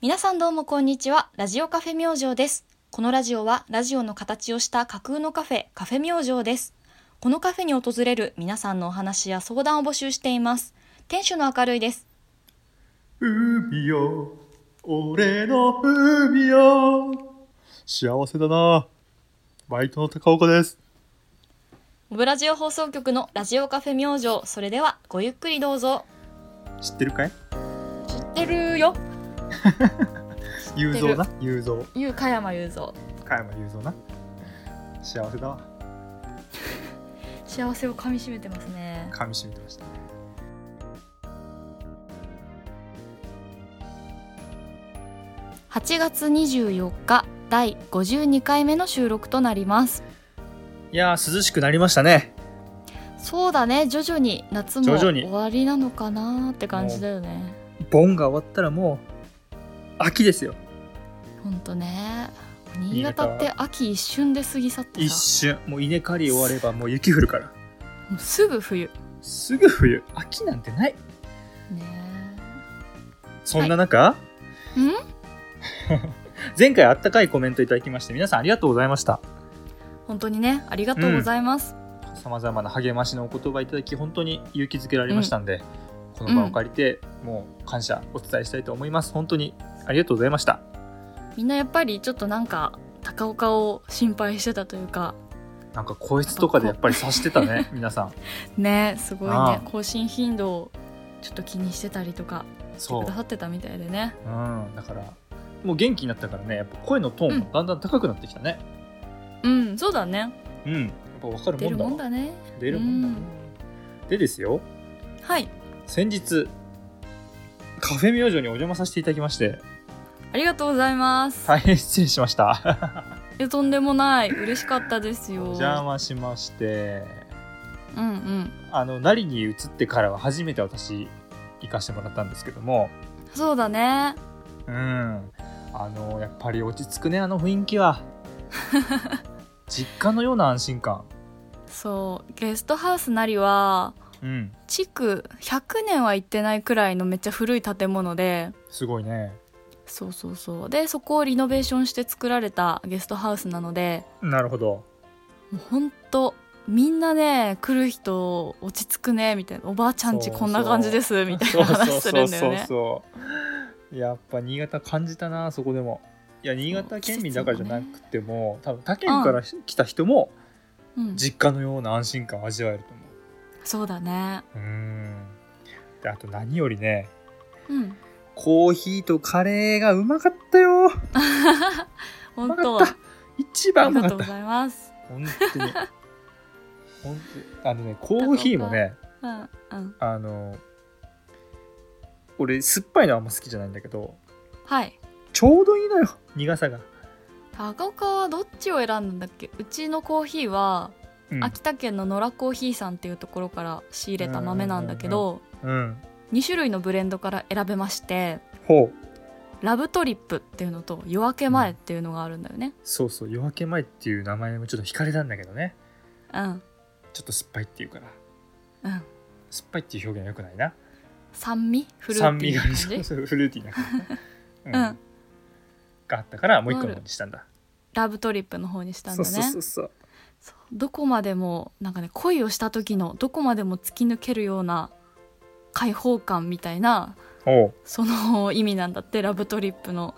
皆さんどうもこんにちは。ラジオカフェ明星です。このラジオはラジオの形をした架空のカフェ、カフェ明星です。このカフェに訪れる皆さんのお話や相談を募集しています。店主の明るいです。海よ、俺の海よ。幸せだな。バイトの高岡です。オブラジオ放送局のラジオカフェ明星。それではごゆっくりどうぞ。知ってるかい知ってるよ。雄る三な。雄三。ゆう加山雄三。加山雄三な。幸せだわ。幸せをかみしめてますね。噛み締めてました。 8月24日第52回目の収録となります。いやー、涼しくなりましたね。そうだね徐々に夏も徐々に終わりなのかなって感じだよねボンが終わったらもう、秋ですよ。ほんとね新新潟潟って秋一瞬で過ぎ去って一さ瞬。もう稲刈り終わればもう雪降るから。もうすぐ冬すぐ冬。秋なんてない。ねそんな中、 ん前回あったかいコメントいただきまして、皆さんありがとうございました。本当にねありがとうございます、さまざまな励ましのお言葉いただき本当に勇気づけられましたんで、この場を借りて、もう感謝お伝えしたいと思います本当にありがとうございましたみんなやっぱりちょっとなんか高岡を心配してたというかなんか個室とかでやっぱり察してた ね皆さんねすごいああね更新頻度をちょっと気にしてたりとかしてそう、うくださってたみたいでねん、だからもう元気になったからねやっぱ声のトーンもだんだん高くなってきたねうんそうだねうん、やっぱ分かる出るももんんだだね出るもんだでですよはい先日カフェ明星にお邪魔させていただきましてありがとうございます、大変失礼しましたいやとんでもない嬉しかったですおよ邪魔しましてうんうんあの成に移ってからは初めて私行かしてもらったんですけどもそうだねうんあのやっぱり落ち着くねあの雰囲気 は実家のような安心感そうゲストハウスなりはうん築100年は行ってないくらいのめっちゃ古い建物ですごいねそうそうそうでそこをリノベーションして作られたゲストハウスなのでなるほどもうほんとみんなね来る人落ち着くねみたいなおばあちゃんちそうそうこんな感じですみたいな話するんだよねそうそうやっぱ新潟感じたなそこでもいや新潟県民だからじゃなくても多分他県から来た人もうん実家のような安心感を味わえると思そうだねううんであと何よりねうんコーヒーとカレーがうまかったよ本ま当かった一番あうりまがかとうっごたざいます本当に本当にあのねコーヒーもねうんうんあの俺酸っぱいのあんま好きじゃないんだけどはいちょうどいいのよ苦さが、高岡はどっちを選んだんだっけうちのコーヒーはうん秋田県の野良コーヒーさんっていうところから仕入れた豆なんだけどうん、 2種類のブレンドから選べましてほうラブトリップっていうのと夜明け前っていうのがあるんだよねそうそう夜明け前っていう名前もちょっと惹かれたんだけどねうんちょっと酸っぱいっていうからうん酸っぱいっていう表現はよくないな酸味フルー酸ティ味ーな感があるそうじそうフルーティー な感じ、うんがあったからもう一個の方にしたんだラブトリップの方にしたんだねそうそうそうそうそうどこまでもなんかね恋をした時のどこまでも突き抜けるような解放感みたいなおうその意味なんだってラブトリップの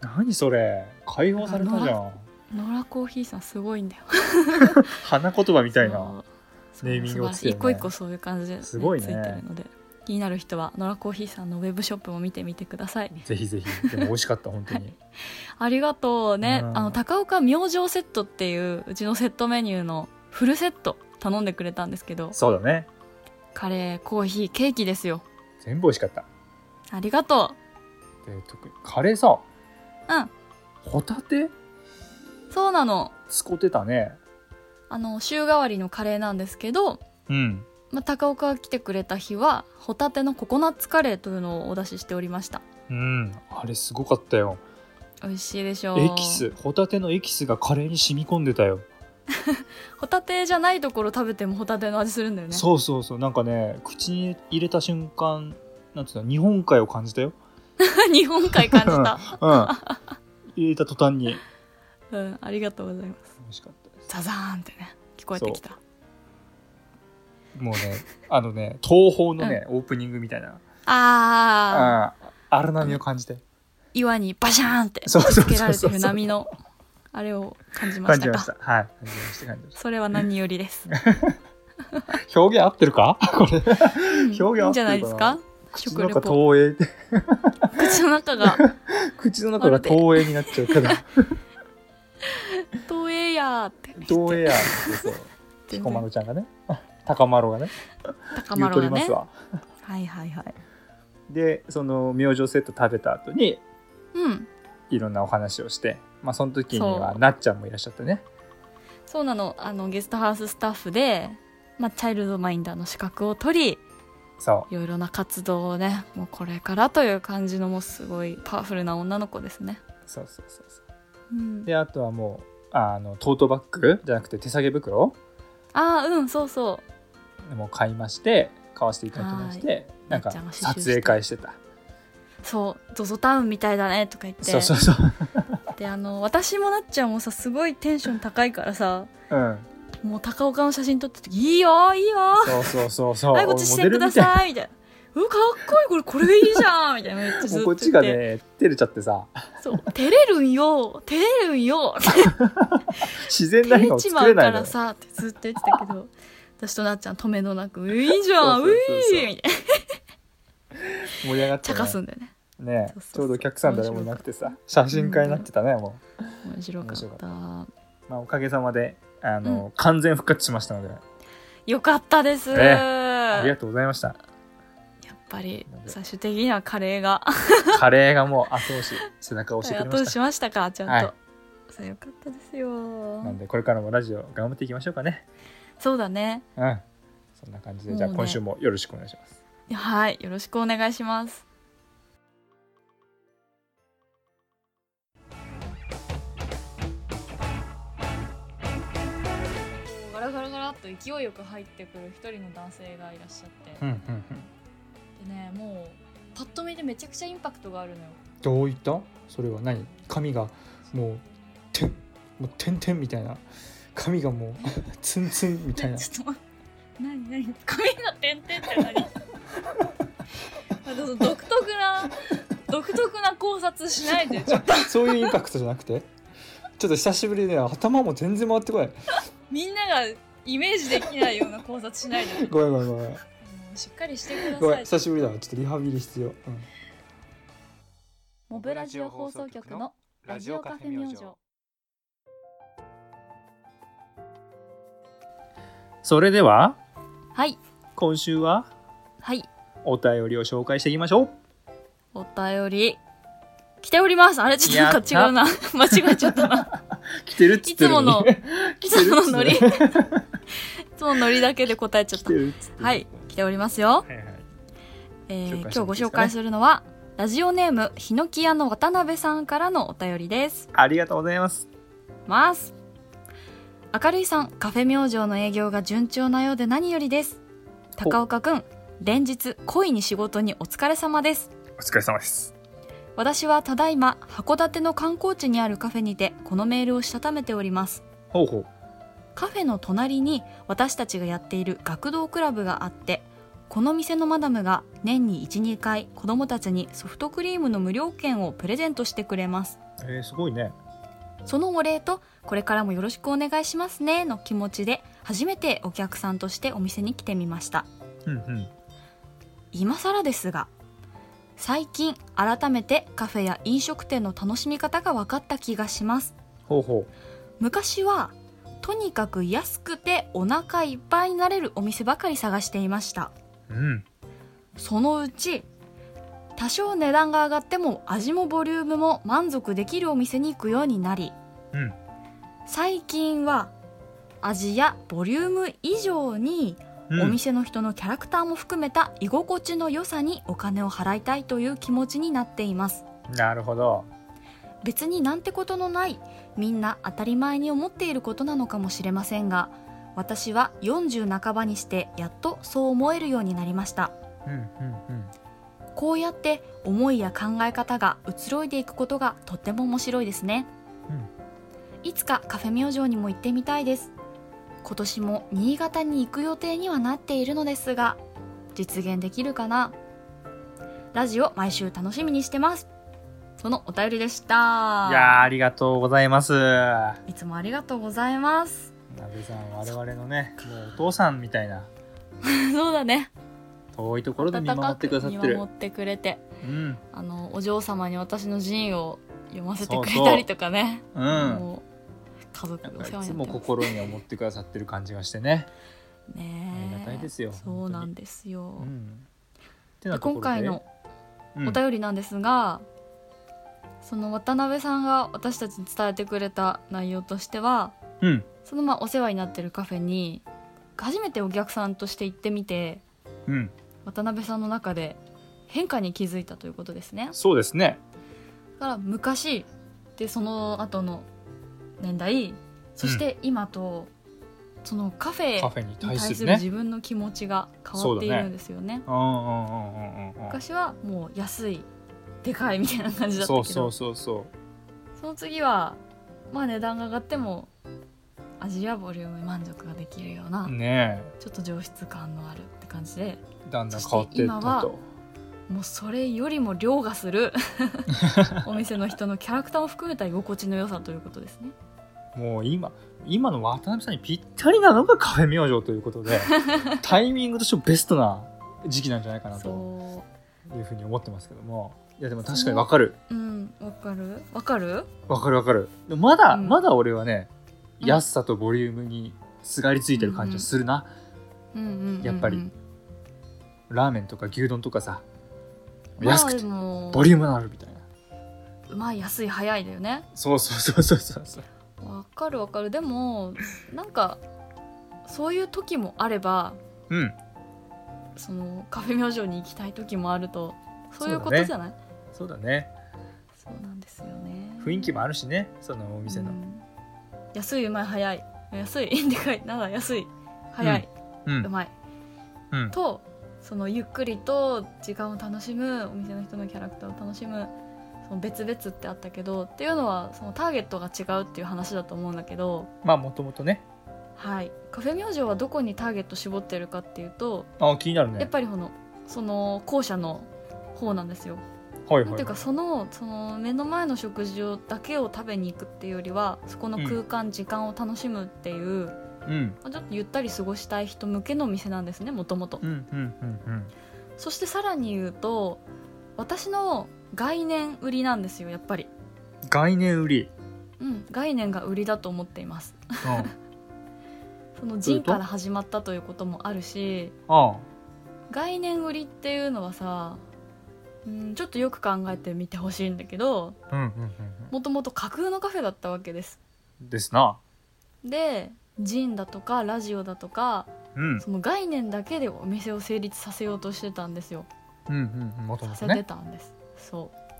何それ解放されたじゃん野良コーヒーさんすごいんだよ花言葉みたいそなうそうネーミングをつ素晴らしいけてね一個一個そういう感じでね、すごいねついてるので気になる人は野良コーヒーさんのウェブショップも見てみてくださいぜひ ぜひでも美味しかった本当に、ありがとうね、うんあの高岡明星セットっていううちのセットメニューのフルセット頼んでくれたんですけどそうだねカレーコーヒーケーキですよ全部美味しかったありがとで特にカレーさううんホタテそうなの使ってたねあの週替わりのカレーなんですけど、うんまあ、高岡が来てくれた日はホタテのココナッツカレーというのをお出ししておりましたうんあれすごかったよ美味しいでしょうエキスホタテのエキスがカレーに染み込んでたよ、ホタテじゃないところ食べてもホタテの味するんだよねそうそうそうなんかね口に入れた瞬間なんていうの日本海を感じたよ日本海感じ た。 うん。入れた途端にうん、ありがとうございます。美味しかったです。ザザーンってね、聞こえてきた。もうね、あのね、東宝のね、オープニングみたいな、ああ、ああ荒波を感じて、岩にバシャーンってそうそうそうそうつけられてる波の、あれを感じま感しじたまかし。た。はい、感じました感じましそれは何よりです。た。表現合ってるか？これ。表 表現合ってるかないいんじゃないですか口食のレ中ポ。投影で、口の中が、口の中が投影になっちゃ うから、投影やーって。投影や。そうそう。全彦摩然呂ちゃんがね、高まろがね、高言うまとろりがますね。わ。はいはいはい。で、その明星セット食べた後にうん。いろんなお話をして、まあその時にはそうなっちゃんもいらっしゃってね。そうなの、あの、ゲストハウススタッフで、まあ、チャイルドマインダーの資格を取り、そいろいろな活動をね、もうこれからという感じの、もうすごいパワフルな女の子ですね。う、そうそうそうそう。うん、であとはもうあのトートバッグじゃなくて手提げ袋ああうんそうそもう買いまして買わせていただきましてなんなかっちゃんが刺繍して撮影会してたうそう「ゾゾタウンみたいだね」とか言ってそうそうそうであの私もなっちゃんもさすごいテンション高いからさうんもう高岡の写真撮った時「いいよいいよそうそうそうそうはいこっちしてくだいさい」みたいな「うわかっこいいこれこれでいいじゃん」みたいなめっちゃずもっと言うこってちがね照れちゃってさそう「照れるんよ照れるんよ」って自然な照のれをち作まうれ なかいのらよさってずっと言ってたけど私となっちゃん止めのなく「いいじゃんそううそういそうそう」みたいな盛り上がって茶ね化すんだよねねそうそうそうちょうどお客さん誰もいなくてさ写真会になってたねも面白かったう、まあ、おかげさまであの、完全復活しましたのでよかったです、ねありがとうございましたやっぱり最終的にはカレーがカレーがもう後押し背中を押してくれ後ま押ししたしましたかちゃんと、はいそれよかったですよなんでこれからもラジオ頑張っていきましょうかね。そうだねうん。そんな感じで、じゃあもうね今週もよろしくお願いします。はいよろしくお願いしますガラガラガラっと勢いよく入ってくる一人の男性がいらっしゃってうんうんうん。でねもうパッと見でめちゃくちゃインパクトがあるのよどういった？それは何？髪がもうてんもう点々みたいな。髪がもう ツンツンみちょっと待って何何髪が点々って何あの独特な独特な考察しないでちょっとそういうインパクトじゃなくて。ちょっと久しぶりでね頭も全然回ってこない。みんながイメージできないような考察しないでごめんごめんごめん。もうしっかりしてくだごめさんい久しぶりだわ。ちょっとリハビリ必要。うんモブラジオ放送局のラジオカフェ明星それでははい今週ははいお便りを紹介していきましょう。お便り来ておりますあれちょっとなんか違うな 間違えちゃったな来てるっつってるいつもにの来てるっつっているつものノリ そのノリだけで答えちゃっ来たてるっつってるはい来ておりますよはいはいえー今紹介し日てごもいいですかね紹介するのはラジオネームひのき屋の渡辺さんからのお便りですありがとうございます。ます明るいさんカフェ明星の営業が順調なようで何よりですほ高岡くん連日恋に仕事にお疲れ様ですお疲れ様です。私はただいま函館の観光地にあるカフェにてこのメールをしたためておりますほうほう。カフェの隣に私たちがやっている学童クラブがあってこの店のマダムが年に12回子どもたちにソフトクリームの無料券をプレゼントしてくれますえー、すごいね。そのお礼とこれからもよろしくお願いしますねの気持ちで初めてお客さんとしてお店に来てみましたうんうん。今更ですが最近改めてカフェや飲食店の楽しみ方が分かった気がしますほうほ昔はとにかく安くてお腹いっぱいになれるお店ばかり探していましたう。うん。そのうち多少値段が上がっても味もボリュームも満足できるお店に行くようになりうん。最近は味やボリューム以上にうん、お店の人のキャラクターも含めた居心地の良さにお金を払いたいという気持ちになっていますなるほど。別になんてことのないみんな当たり前に思っていることなのかもしれませんが私は40半ばにしてやっとそう思えるようになりましたうんうんうん。こうやって思いや考え方が移ろいでいくことがとっても面白いですね、いつかカフェ明星にも行ってみたいです今年も新潟に行く予定にはなっているのですが実現できるかなラジオ毎週楽しみにしてますそのお便りでしいやーたありがとうございます鍋いつもありがとうございますさん我々のねもうお父さんみたいなそうだね遠いところで見温守かってくださくっ見てる守ってくれてうんあのお嬢様に私の陣を読ませてくれたりとかねうんもう家族なんおか世い話つになもってます心に思ってくださってる感じがしてねねえありがたいですよそうなんですよ、うんてでなところ今で回のうんお便りなんですが、その渡辺さんが私たちに伝えてくれた内容としてはうんそのまあお世話になってるカフェに初めてお客さんとして行ってみてうん渡辺さんの中で変化に気づいたということですね。そうですねだから昔でその後の年代そして今と、そのカフェカフェに対にす対するるね自分の気持ちが変わっているんですよね。うんうんうんうんうんうん昔はもう安いでかいみたいな感じだったけそどうそうそうそうその次はまあ値段が上がっても味やボリューム満足ができるような、ねちょっと上質感のあるって感じでえだんだん変わっていったそしてともうそれよりも凌駕す るお店の人のキャラクターも含めた居心地の良さということですね。もう今今の渡辺さんにぴったりなのがカフェ明星ということ でタイミングとしてもベストな時期なんじゃないかなとそいうふうに思ってますけどもいやでも確かにわかるううんわかるわかるわかるわかるでもまだ、うんまだ俺はねうん安さとボリュームにすがりついてる感じがするな、うんうんうんうんやっぱりラーメンとか牛丼とかさま安あくでてもボリュームのあるみたいなまあ安い早いだよねそうそうそうそうそうそうわかるわかるでもなんかそういう時もあればうんそのカフェ明星に行きたい時もあるとそういうこそうだとねじゃないそうだねそう,、なんですよね雰囲気もあるるしねそのお店の安いうまい早い安い でかいなんだ安い早い、ううんまいうんとそのゆっくりと時間を楽しむお店の人のキャラクターを楽しむその別々ってあったけどっていうのはそのターゲットが違うっていう話だと思うんだけど、まあもともとねはい、カフェ明星はどこにターゲット絞ってるかっていうと、あ気になるねやっぱりこのその後者の方なんですよはいなはんいていうかそのその目の前の食事をだけを食べに行くっていうよりはそこの空間、時間を楽しむっていう、うんまあちょっとゆったり過ごしたい人向けのお店なんですねもともとう。んうんうんうんそしてさらに言うと私の概念売りなんですよやっぱり、概念売り、うん、概念が売りだと思っています。うん、そのどういう人ことから始まったということもあるしああ概念売りっていうのはさ、うん、ちょっとよく考えてみてほしいんだけどうんうんうんもともと架空のカフェだったわけです。うんですなでジンだとかラジオだとかうんその概念だけでお店を成立させようとしてたんですよ、うんうんもともさせとてねたんですそう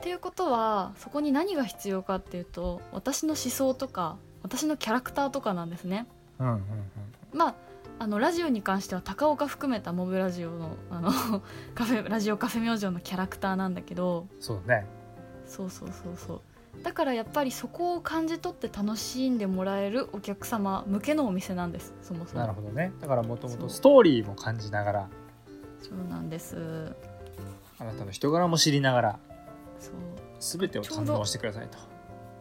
っていうことはそこに何が必要かっていうと私の思想とか私のキャラクターとかなんですねうんうんまああのラジオに関しては高岡含めたモブラジオのあの カフェラジオカフェ明星のキャラクターなんだけどうんそうだねそうそうそうそうだからやっぱりそこを感じ取って楽しんでもらえるお客様向けのお店なんですそもそもなるほどねだからもともそとうストーリーも感じながらそうなんです。あなたの人柄も知りながらそう、全てを堪能してくださいと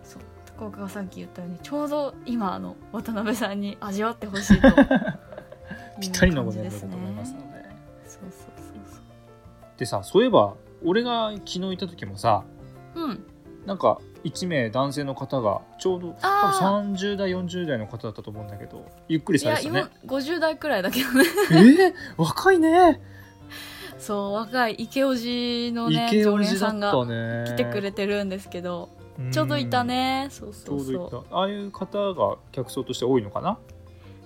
そう、高岡がさっき言ったように、ちょうど今あの渡辺さんに味わってほしいという ぴったりのご感じ年です齢だとね思いますのでそうそうそうでさそういえば俺が昨日行った時もさそう。うん、なんか1名男性の方がちょうど多あー分30代40代の方だったと思うんだけどゆっくりいされや、てたね今五十代くらいだけどね。えー、若いねそう、若いイケオジのね、池常お連じださっんたがね来てくれてるんですけど、ちょうどいたね。そうちそょううそどう。いたああいう方が客層として多いのかな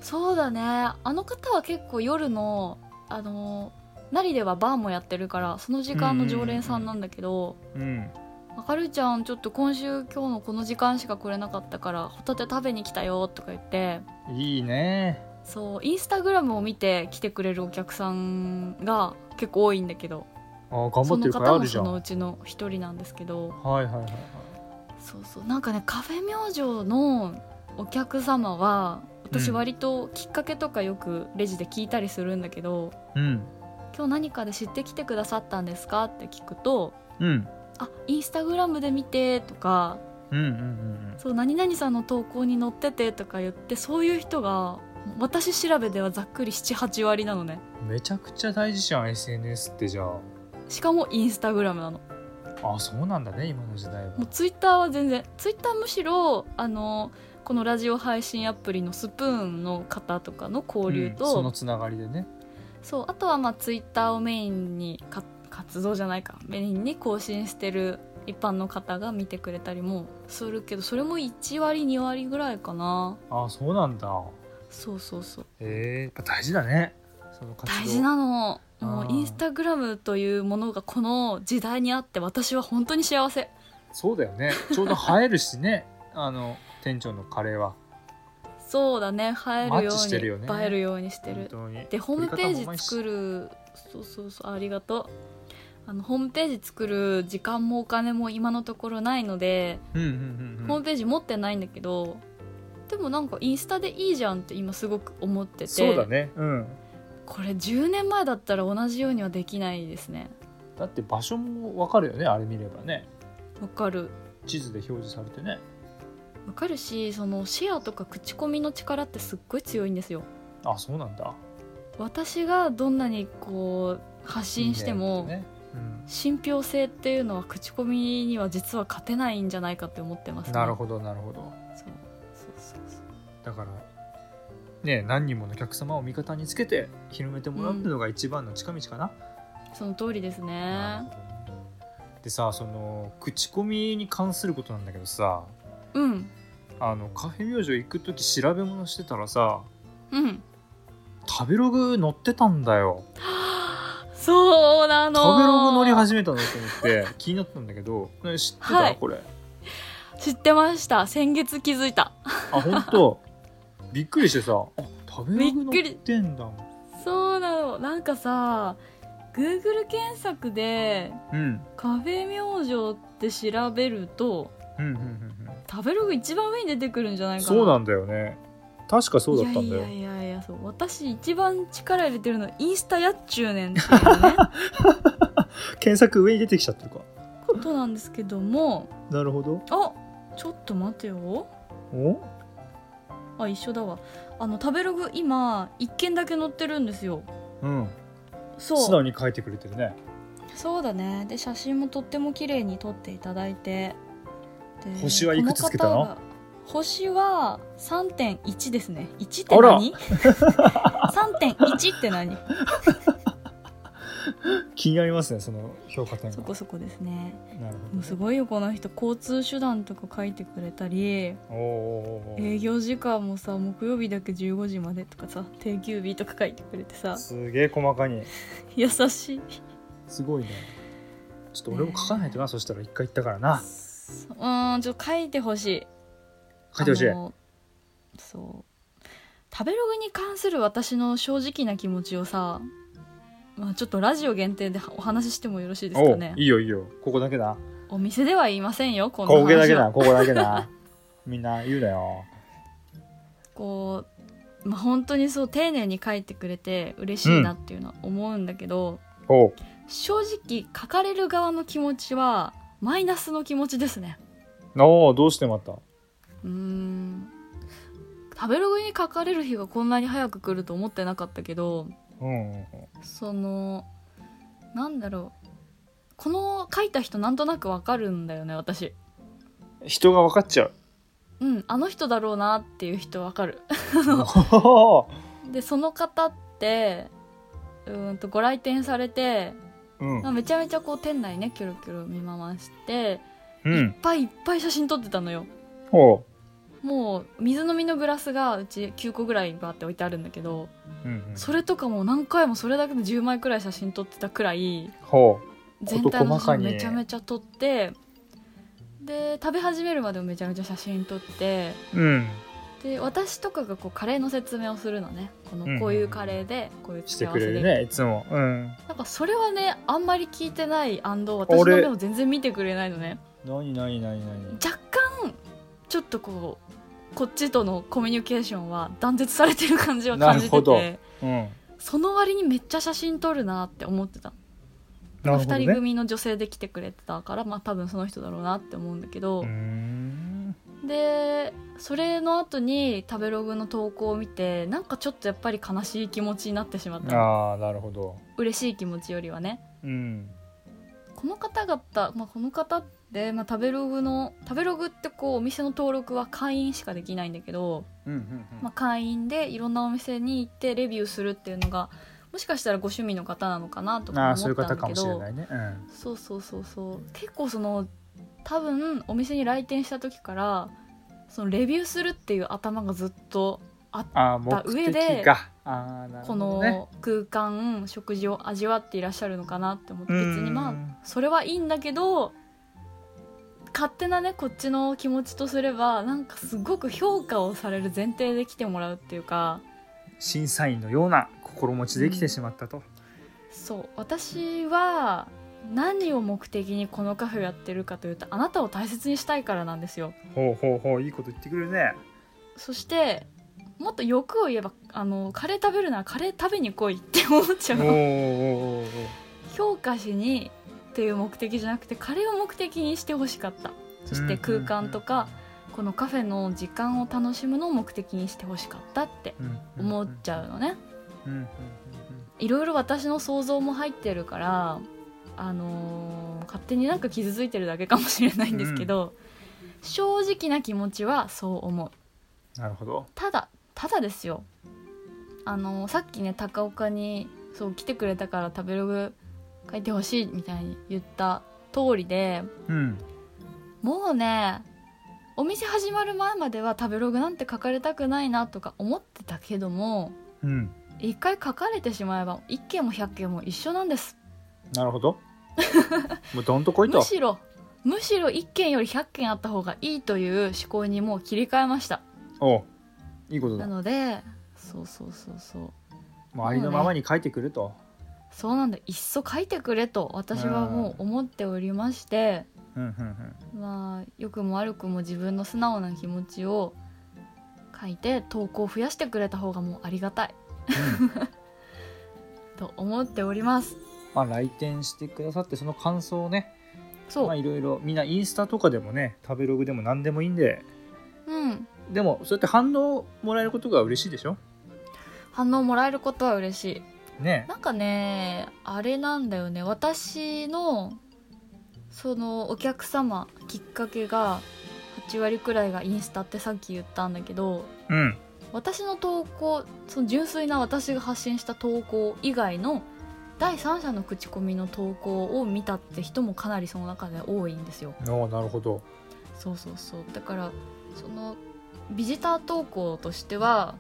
そうだね。あの方は結構夜のあのなりではバーもやってるから、その時間の常連さんなんだけど。うんあかるちゃんちょっと今週今日のこの時間しか来れなかったからホタテ食べに来たよとか言っていいねそうインスタグラムを見て来てくれるお客さんが結構多いんだけどああ頑張そってのるから方あもるじそゃんのはうちの一人なんですけどいはいはいはいそうそうなんかねカフェ明星のお客様は私うん割ときっかけとかよくレジで聞いたりするんだけど、うん今日何かで知ってきてくださったんですかって聞くとうんあインスタグラムで見てとかうんうんうんそう何々さんの投稿に載っててとか言ってそういう人が私調べではざっくり78割なのねうんめちゃくちゃ大事じゃん SNS ってじゃしかもインスタグラムなのああそうなんだね今の時代はもうツイッターは全然ツイッターむしろあのこのラジオ配信アプリのスプーンの方とかの交流うんと、そのつながりでねそうあとはまあツイッターをメインにか活動じゃないかメインに更新してる一般の方が見てくれたりもするけどそれも1割2割ぐらいかなああそうなんだそうそうそうえー、やっぱ大事だねその活動大事なのもあうーインスタグラムというものがこの時代にあって私は本当に幸せそうだよねちょうど映えるしね あの店長のカレーはそうだね映えマるよッチしてるようにね映えるようにして本る当にでホームページる作るそうそうそうありがとうあのホームページ作る時間もお金も今のところないのでうんうんうん、ホーうムん、ページ持ってないんだけどでもなんかインスタでいいじゃんって今すごく思っててそうだねうんこれ10年前だったら同じようにはできないですねだって場所もわかるよねあれ見ればねわかる地図で表示されてねわかるしそのシェアとか口コミの力ってすっごい強いんですよあそうなんだ私がどんなにこう発信してもいいねうん信憑性っていうのは口コミには実は勝てないんじゃないかって思ってます、ね、なるほどなるほどそうそうそうそうだからね何人ものお客様を味方につけて広めてもらうっていうのが一番の近道かな、その通りですなねるほどねでさその口コミに関することなんだけどさうんあのカフェ明星行く時調べ物してたらさうん食べログ載ってたんだよそうなの食べログ載り始めたのと思って気になったんだけどね知ってた、はいこれ知ってました先月気づいたあ本 当びっくりしてさあ食べログ載ってんだそうなのなんかさ Google 検索でうんカフェ明星って調べるとうんうんうん食べログ一番上に出てくるんじゃなういんかなそうなんんだよね確かそうだったんだよいやいやいやいやそう私一番力入れてるのインスタやっちゅうねんっていう ね検索上に出てきちゃってるかことなんですけどもなるほどあちょっと待てよおあ一緒だわあの食べログ今一件だけ載ってるんですようん素そ直うに書いてくれてるねそうだねで写真もとっても綺麗に撮っていただいてで星はいくつつけたのこ方が星は3.1ですね1ってあら何 ?3.1 って 何気になりますねその評価点がそこそこですねなるもうすごいよこの人交通手段とか書いてくれたりほどおーおーおー営業時間もさ木曜日だけ15時までとかさ定休日とか書いてくれてさすげえ細かに優しいすごいねちょっと俺も書かないとな、そしたら一回言ったからなうーんちょっと書いてほしい書いてほしいあのそう食べログに関する私の正直な気持ちをさ、まあ、ちょっとラジオ限定でお話ししてもよろしいですかおうねいいよいいよここだけなお店では言いませんよこんなここだ話けなはここだけなみんな言うなよこう、まあ、本当にそう丁寧に書いてくれて嬉しいなっていうのは思うんだけど、おう正直書かれる側の気持ちはマイナスの気持ちですねおうどうしてまたうーん食べログに書かれる日がこんなに早く来ると思ってなかったけどうんうんうんそのなんだろうこの書いた人なんとなくわかるんだよね私人が分か っちゃううんあの人だろうなっていう人わかる おーでその方ってうーんとご来店されてうんまあめちゃめちゃこう店内ねキョロキョロ見回して、ういっんぱいいっぱい写真撮ってたのよおうもう水飲みのグラスがうち9個ぐらいバーって置いてあるんだけどうんうんそれとかもう何回もそれだけで10枚くらい写真撮ってたくらいほ全体の写事細か真にめちゃめちゃ撮ってで食べ始めるまでもめちゃめちゃ写真撮ってううんで私とかがこうカレーの説明をするのねこうんうんうのんこういうカレーでこういうし付てけ合くわせれで、るねいつもうんなんかそれはねあんまり聞いてない私の目を全然見てくれないのね何何何何若干ちょっとこうこっちとのコミュニケーションは断絶されてる感じは感じなるほてどてうんその割にめっちゃ写真撮るなって思ってた、なるほど2ね人組の女性で来てくれてたからまあ多分その人だろうなって思うんだけど、うーんでそれの後に食べログの投稿を見てなんかちょっとやっぱり悲しい気持ちになってしまったああなるほど嬉しい気持ちよりはねうんこの方々、まあ、この方って、まあ、食べログの食べログってこうお店の登録は会員しかできないんだけど、うんうんうんまあ、会員でいろんなお店に行ってレビューするっていうのがもしかしたらご趣味の方なのかなとあかあそうい思っうた方んだけかもしれどないねうんそうそうそうそう結構その多分お店に来店した時からそのレビューするっていう頭がずっとああ目上で的がああなるこほどねの空間、食事を味わっていらっしゃるのかなって思って別にまああそれはいいんだけど勝手なねこっちの気持ちとすればなんかすごく評価をされる前提で来てもらうっていうか審査員のような心持ちで来てしまったと、そう私は何を目的にこのカフェをやってるかというとあなたを大切にしたいからなんですよほうほうほういいこと言ってくれ るねそしてもっと欲を言えばあのカレー食べるならカレー食べに来いって思っちゃおうーおのーおーおー評価しにっていう目的じゃなくてカレーを目的にしてほしかったそして空間とか、このカフェの時間を楽しむのを目的にしてほしかったってうんうんうん思っちゃうのねうんうんうんいろいろ私の想像も入ってるからあのー勝手になんか傷ついてるだけかもしれないんですけど、正直な気持ちはそう思うなるほどただただですよあのさっきね高岡にそう来てくれたから食べログ書いてほしいみたいに言った通りでうんもうねお店始まる前までは食べログなんて書かれたくないなとか思ってたけどもうん一回書かれてしまえば1件も100件も一緒なんですなる ほどもうどんとこいとむしろむしろ1件より100件あった方がいいという思考にもう切り替えましたおういいことなだのでそうそうそうそうもうありのままに書いてくると、そうなんだいっそ書いてくれと私はもう思っておりまして、うんうんうんまあ良くも悪くも自分の素直な気持ちを書いて投稿を増やしてくれた方がもうありがたい、 と思っておりますまあ来店してくださってその感想をねそう、まあいろいろみんなインスタとかでもね食べログでも何でもいいんでうんでもそうやって反応をもらえることが嬉しいでしょ反応もらえることは嬉しいねなんかねあれなんだよね私のそのお客様きっかけが8割くらいがインスタってさっき言ったんだけどうん私の投稿その純粋な私が発信した投稿以外の第三者の口コミの投稿を見たって人もかなりその中で多いんですよおうなるほどそうそうそうだからそのビジター投稿としては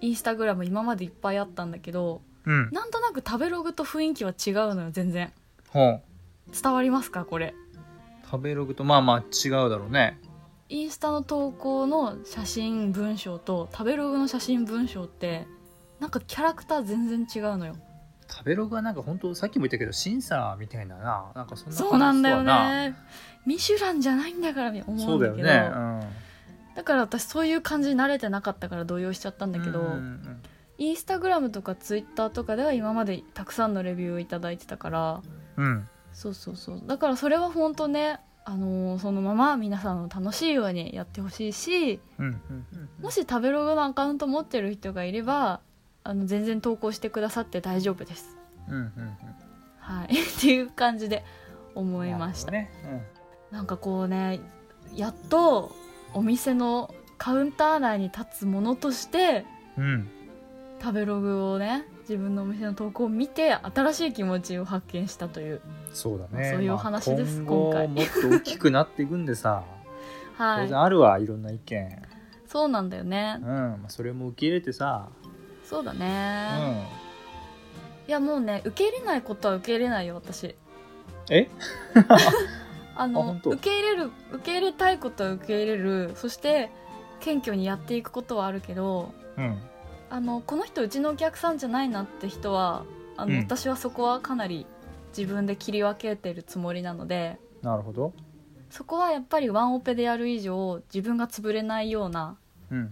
インスタグラム今までいっぱいあったんだけどうんなんとなく食べログと雰囲気は違うのよ全然ほう伝わりますかこれ食べログとまあまあ違うだろうねインスタの投稿の写真文章と食べログの写真文章ってなんかキャラクター全然違うのよ食べログはなんか本当さっきも言ったけど審査みたいなななんかそんな感じそうなんだよそうやなねミシュランじゃないんだからみたいな思そううんだだよけどねだから私そういう感じに慣れてなかったから動揺しちゃったんうんだけど、うんうんうんインスタグラムとかツイッターとかでは今までたくさんのレビューをいただいてたからうんそうそうそうだからそれは本当ねあのーそのまま皆さんの楽しいようにやってほしいしうんうんうんもし食べログのアカウント持ってる人がいればあの全然投稿してくださって大丈夫です。うんうんうんはい、 っていう感じで思いました。なるほどねなんかこうねやっとお店のカウンター内に立つものとしてうんうん食べログをね自分のお店の投稿を見て新しい気持ちを発見したというそうだまあねそういうお話です今後今回もっと大きくなっていくんでさ は当い然あるわいろんな意見そうなんだよねうんまあそれも受け入れてさそうだうね、んいやもうね受け入れないことは受け入れないよ私えああの本当受け入れる受け入れたいことは受け入れるそして謙虚にやっていくことはあるけどうんあのこの人うちのお客さんじゃないなって人はあの、うん私はそこはかなり自分で切り分けてるつもりなのでなるほどそこはやっぱりワンオペでやる以上自分が潰れないようなうんうん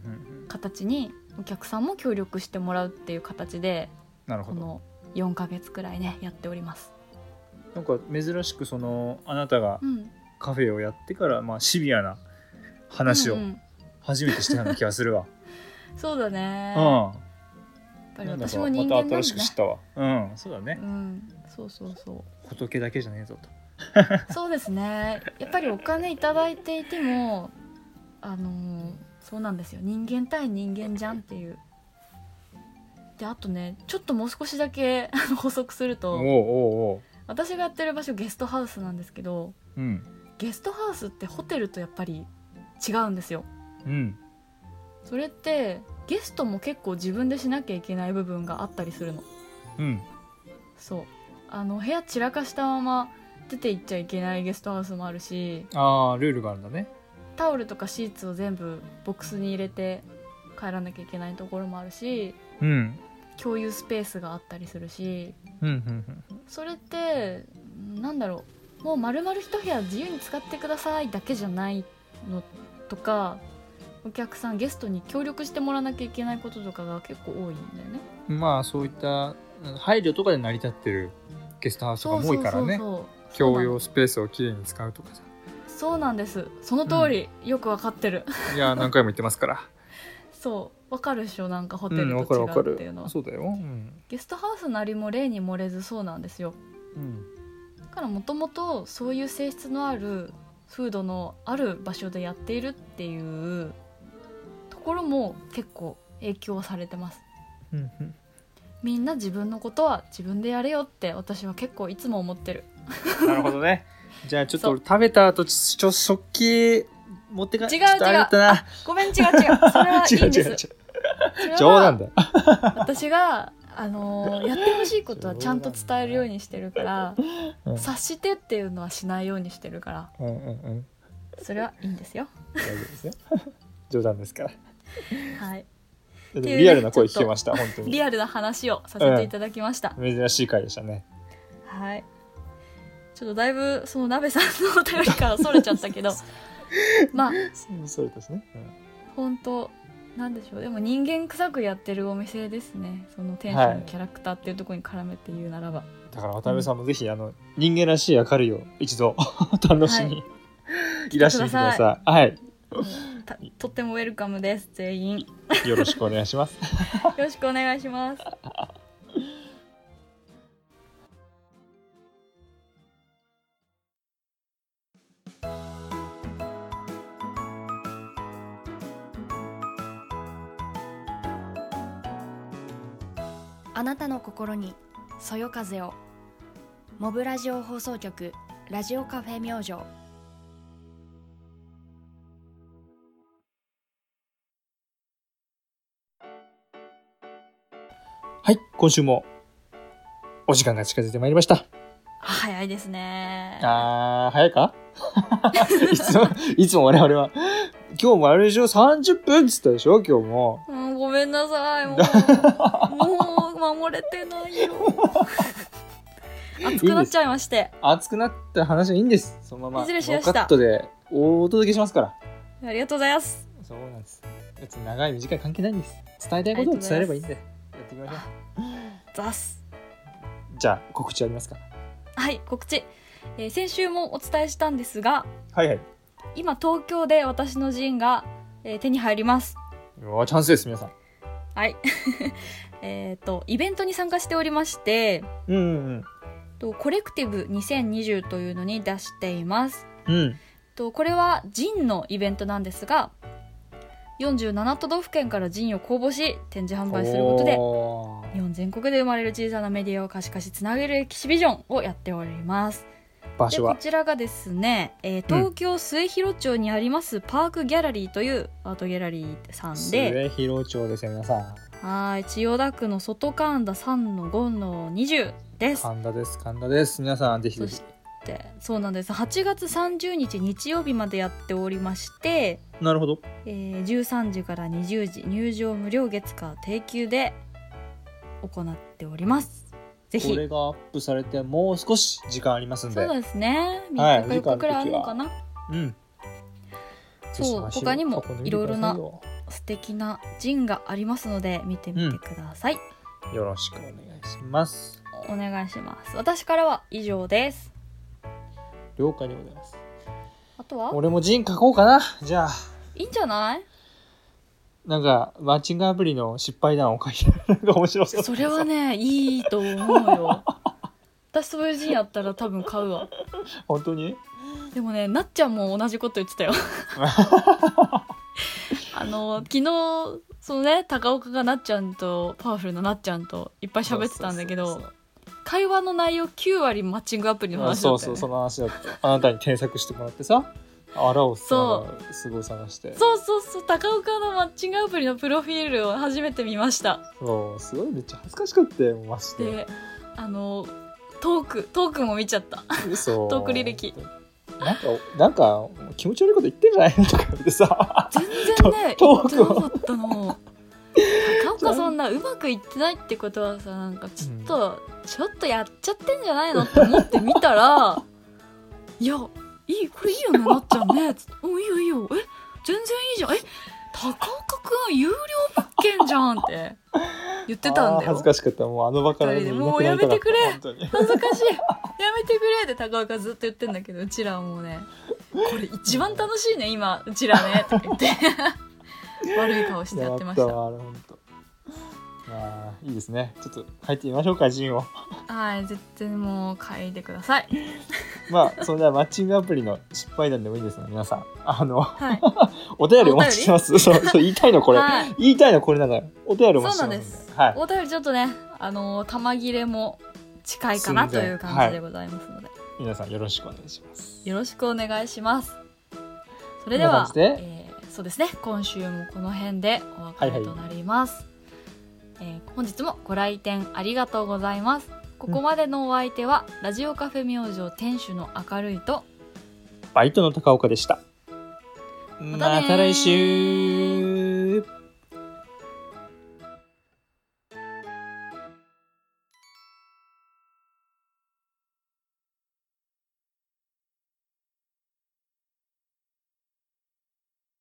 うん形にお客さんも協力してもらうっていう形でなるほこどの4ヶ月くらいねやっております。なんか珍しくそのあなたがうん、カフェをやってから、まあ、シビアな話をうんうん初めてしたような気が するわ、そうだね、うんやっぱりなんだ私かもま人た間なんだ新しくね知ったわうんそうだねうん、そうそうそう仏だけじゃねえぞとそうですねやっぱりお金いただいていてもあのーそうなんですよ人間対人間じゃんっていうであとねちょっともう少しだけあの補足するおうとおうお私がやってる場所ゲストハウスなんですけどううんゲストハウスってホテルとやっぱり違うんですようんそれってゲストも結構自分でしなきゃいけない部分があったりするのうんそうあの部屋散らかしたまま出て行っちゃいけないゲストハウスもあるしああルールがあるんだねタオルとかシーツを全部ボックスに入れて帰らなきゃいけないところもあるしうん共有スペースがあったりするしうんうんそれってうんなんだろうもう丸々一部屋自由に使ってくださいだけじゃないのとかお客さんゲストに協力してもらわなきゃいけないこととかが結構多いんだよね。うんまあそういった配慮とかで成り立ってるゲストハウスとかも多いからねそうそう共用スペースをきれいに使うとかさそうなんですその通り、よくわかってる いや何回も言ってますからそうわかるでしょなん かホうテルんとわかるわか違うっていうるのは、そうだようんゲストハウスなりも例に漏れずそうなんですようんだからもともとそういう性質のある風土のある場所でやっているっていうところも結構影響されてますうんうんみんな自分のことは自分でやれよって私は結構いつも思ってるなるほどね。じゃあちょっとそう俺食べた後ちょ食器持ってか違う違うちょっとあれだったな。ごめん違う違う それはいいんです違う違う違うそれは冗談だよ。私があのーやってほしいことはちゃんと伝えるようにしてるからうん察してっていうのはしないようにしてるからうんうんうん。それはいいんですよ大丈夫ですよ。 冗談ですから。はいでもいうねリアルな声聞けました本当に。リアルな話をさせていただきました、珍しい回でしたね。はい。ちょっとだいぶその鍋さんのお便りからそれちゃったけ ど、まあうんそうですね。本当なんでしょう。でも人間臭くやってるお店ですね。その店主はいのキャラクターっていうところに絡めて言うなら ば、うんだから渡辺さんもぜひあの人間らしい明るいを一度 お楽しみにいらしてみてください。はい。もうたとってもウェルカムです全員。よよろしくお願いします。ろしくお願いします。あなたの心にそよ風をモブラジオ放送局ラジオカフェ明星はい。今週もお時間が近づいてまいりました。早いですね。あー、早い かいつも、いつも我々は、今日もあれでしょ ?30 分っつったでしょ今日も。うん、ごめんなさいもうもう守れてないよ。熱くなっちゃいまして熱くなった話はいいんです。そのまま、失礼しましたノーカットでお届けしますから。ありがとうございます。そうなんです。別に長い短い関係ないんです。伝えたいことを伝えればいいんで。やっていきましょう。ザス。じゃあ、告知ありますかはい、告知、えー先週もお伝えしたんですが、はいはい。今東京で私のジンが、えー手に入ります。うわチャンスです、皆さん。はい。 えっと、イベントに参加しておりまして、うんうんとコレクティブ2020というのに出しています。うん。うん。とこれはジンのイベントなんですが、47都道府県からジンを公募し展示販売することでおー日本全国で生まれる小さなメディアを可視化しつなげるエキシビジョンをやっております。場で所こは。ちらがですね、えーうん東京末広町にありますパークギャラリーというアートギャラリーさんで、末広町ですよ、皆さん。はい千代田区の外神田3の5の20です。神田です、神田です。皆さん、ぜひぜそひし。ってそうなんです8月30日日曜日までやっておりまして、なるほど。えー13時から20時入場無料月火定休で行っておりますぜひこれがアップされてもう少し時間ありますんそでう。ですねはい3日か4日くらいあるのかな、うん。そうぜひ足を他にも運んでみていろいろなくださよ素敵なジンがありますので見てみてください、よろしくお願いします。お願いします私からは以上です了解でございます。あとは俺もジン書こうかな。じゃあ、いいんじゃないなんか、マッチングアプリの失敗談を書いて、 なんか面白そう。それはね いいと思うよ私そういうジンやったら多分買うわ本当にでもねなっちゃんも同じこと言ってた よあの昨日そのね高岡がなっちゃんとパワフルななっちゃんといっぱい喋ってたんだけそうど会話の内容9割マッチングアプリの話だそったよ、うそう、ね、その話だった。あなたに添削してもらってさ、あらをそうなんかすごい探して。そうそうそう高岡のマッチングアプリのプロフィールを初めて見ましたそう、すごいめっちゃ恥ずかしかったよ、マジで。であのトークトークも見ちゃった嘘。トーク履歴。なんか、なんか、気持ち悪いこと言ってんじゃない のとか言ってさ、全然ねト言っトーてクなをかったの高岡そんなうまくいってないってことはさなんかちょっと、ちょっとやっちゃってんじゃないのって思ってみた ら「いやいいこれいいよねなっちゃんね」つって「うんいいよいいよえ全然いいじゃんえ高岡くん有料物件じゃん」って言ってたんあーだよ恥ずかしかった。もうあの場から二人でいなくなりもうやめたかったてくれ本当に。恥ずかしいやめてくれって高岡ずっと言ってんだけどうちらはもうねこれ一番楽しいね今うちらねとか言って悪い顔してやってましたやわあれ本当。あーいいですね。ちょっと入ってみましょうか、ジンを。 はい絶対もう書いてくださいまあ、それではマッチングアプリの失敗談でもいいですね、皆さん。あの、はいお便りお待ちしてます。そう、そう、言いたいのこれ。はい言いたいのこれなのよ。お便りお待ちしてますんで。そうなんですはい。お便りちょっとねあのー玉切れも近いかなという感じでございますので、皆さんよろしくお願いします。よろしくお願いしますそれではこんな感じでえーそうですね今週もこの辺でお別れとなります、えー本日もご来店ありがとうございますここまでのお相手は、ラジオカフェ明星店主の明るいとバイトの高岡でした。またねーまた来週